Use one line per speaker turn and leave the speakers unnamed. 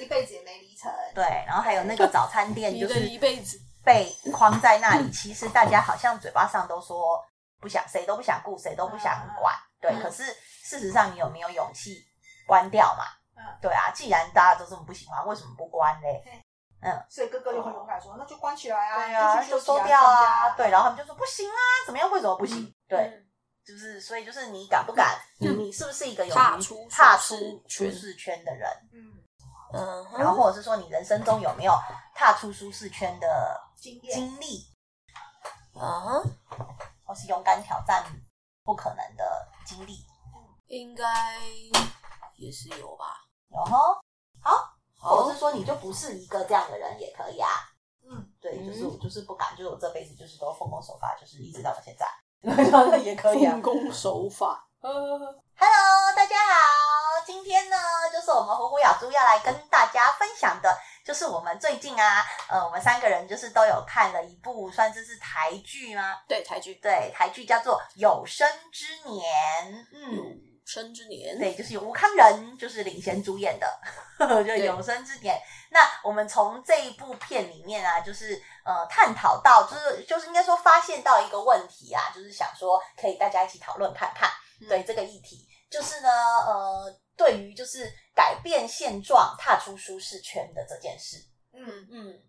一辈子也没离成。
对，然后还有那个早餐 店，
你
哎就
的
是
一辈子，
被框在那里。其实大家好像嘴巴上都说不想，谁都不想顾，谁都不想管，对。
嗯
可是事实上，你有没有勇气关掉嘛
嗯？
对啊，既然大家都这么不喜欢，为什么不关嘞？
所以哥哥就很勇敢说，那就关起来啊，
对啊，
你就
就
去休息
收掉
放假
啊。对，然后他们就说不行啊，怎么样？为什么不行？对，
嗯，
就是所以就是你敢不敢？你你是不是一个有
踏
于
出
踏
舒适
出舒
圈
适圈的人？
嗯，
嗯哼，
然后或者是说你人生中有没有踏出舒适圈的
经验，
经历，
啊哈，
或是勇敢挑战不可能的经历？
应该也是有吧。
有吼，或者
好
是，说你就不是一个这样的人也可以啊。
嗯，
对，
嗯
就是我就是不敢，就是我这辈子就是都奉公守法，就是一直到现在， 那也可以啊
奉。公守法。呃，
Hello，大家好，今天呢，就是我们虎虎咬猪要来跟大家分享的，就是我们最近啊，呃，我们三个人就是都有看了一部，算是是台剧吗？
对，台剧
对，台剧叫做《有生之年》，嗯，
有生之年，
对，就是由吴康仁就是领衔主演的， 就《有生之年》。那我们从这一部片里面啊，就是呃探讨到，就是就是应该说发现到一个问题啊，就是想说可以大家一起讨论看看，
嗯
对这个议题，就是呢，呃，对于就是改变现状、踏出舒适圈的这件事，
嗯
嗯，